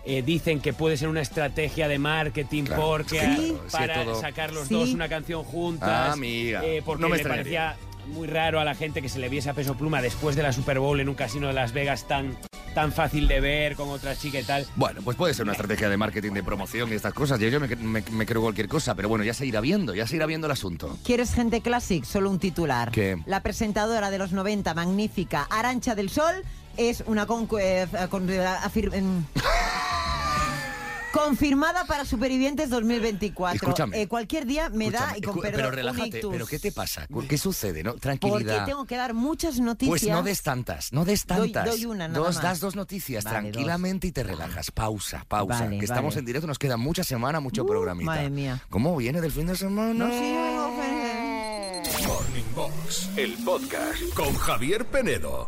Speaker 16: eh, dicen que puede ser una estrategia de marketing
Speaker 2: Claro,
Speaker 16: porque
Speaker 2: es que claro, es que
Speaker 16: para
Speaker 2: todo-
Speaker 16: sacar los
Speaker 2: Sí.
Speaker 16: dos una canción juntas.
Speaker 2: Ah, amiga.
Speaker 16: eh, porque
Speaker 2: No me
Speaker 16: me
Speaker 2: extrañaría.
Speaker 16: parecía muy raro a la gente que se le viese a peso pluma después de la Super Bowl en un casino de Las Vegas tan, tan fácil de ver con otra chica y tal.
Speaker 2: Bueno, pues puede ser una estrategia de marketing, de promoción y estas cosas. Yo, yo me, me- me creo cualquier cosa, pero bueno, ya se irá viendo, ya se irá viendo el asunto.
Speaker 3: ¿Quieres gente classic? Solo un titular.
Speaker 2: ¿Qué?
Speaker 3: La presentadora de los 90, magnífica, Arancha del Sol, es una con, eh, con- eh, afir- em, confirmada para Supervivientes 2024.
Speaker 2: Escúchame.
Speaker 3: Eh, cualquier día me da
Speaker 2: Escúchame,
Speaker 3: y con
Speaker 2: escu-
Speaker 3: perdón,
Speaker 2: pero
Speaker 3: un
Speaker 2: relájate,
Speaker 3: ictus.
Speaker 2: pero ¿qué te pasa? ¿Cu- ¿Qué sucede? No?
Speaker 3: Porque
Speaker 2: Tranquilidad.
Speaker 3: tengo que dar muchas noticias.
Speaker 2: Pues no des tantas, no des
Speaker 3: Doy-
Speaker 2: tantas.
Speaker 3: doy una nada
Speaker 2: dos,
Speaker 3: más.
Speaker 2: Das dos noticias
Speaker 3: Vale,
Speaker 2: tranquilamente y te relajas. Pausa, pausa.
Speaker 3: Vale,
Speaker 2: que estamos
Speaker 3: vale. Uh,
Speaker 2: en directo, nos queda mucha semana, mucho programita.
Speaker 3: madre mía.
Speaker 2: ¿Cómo viene del fin de semana?
Speaker 3: No, sí, yo vengo feliz.
Speaker 14: Morning Box, el podcast con Javier Penedo.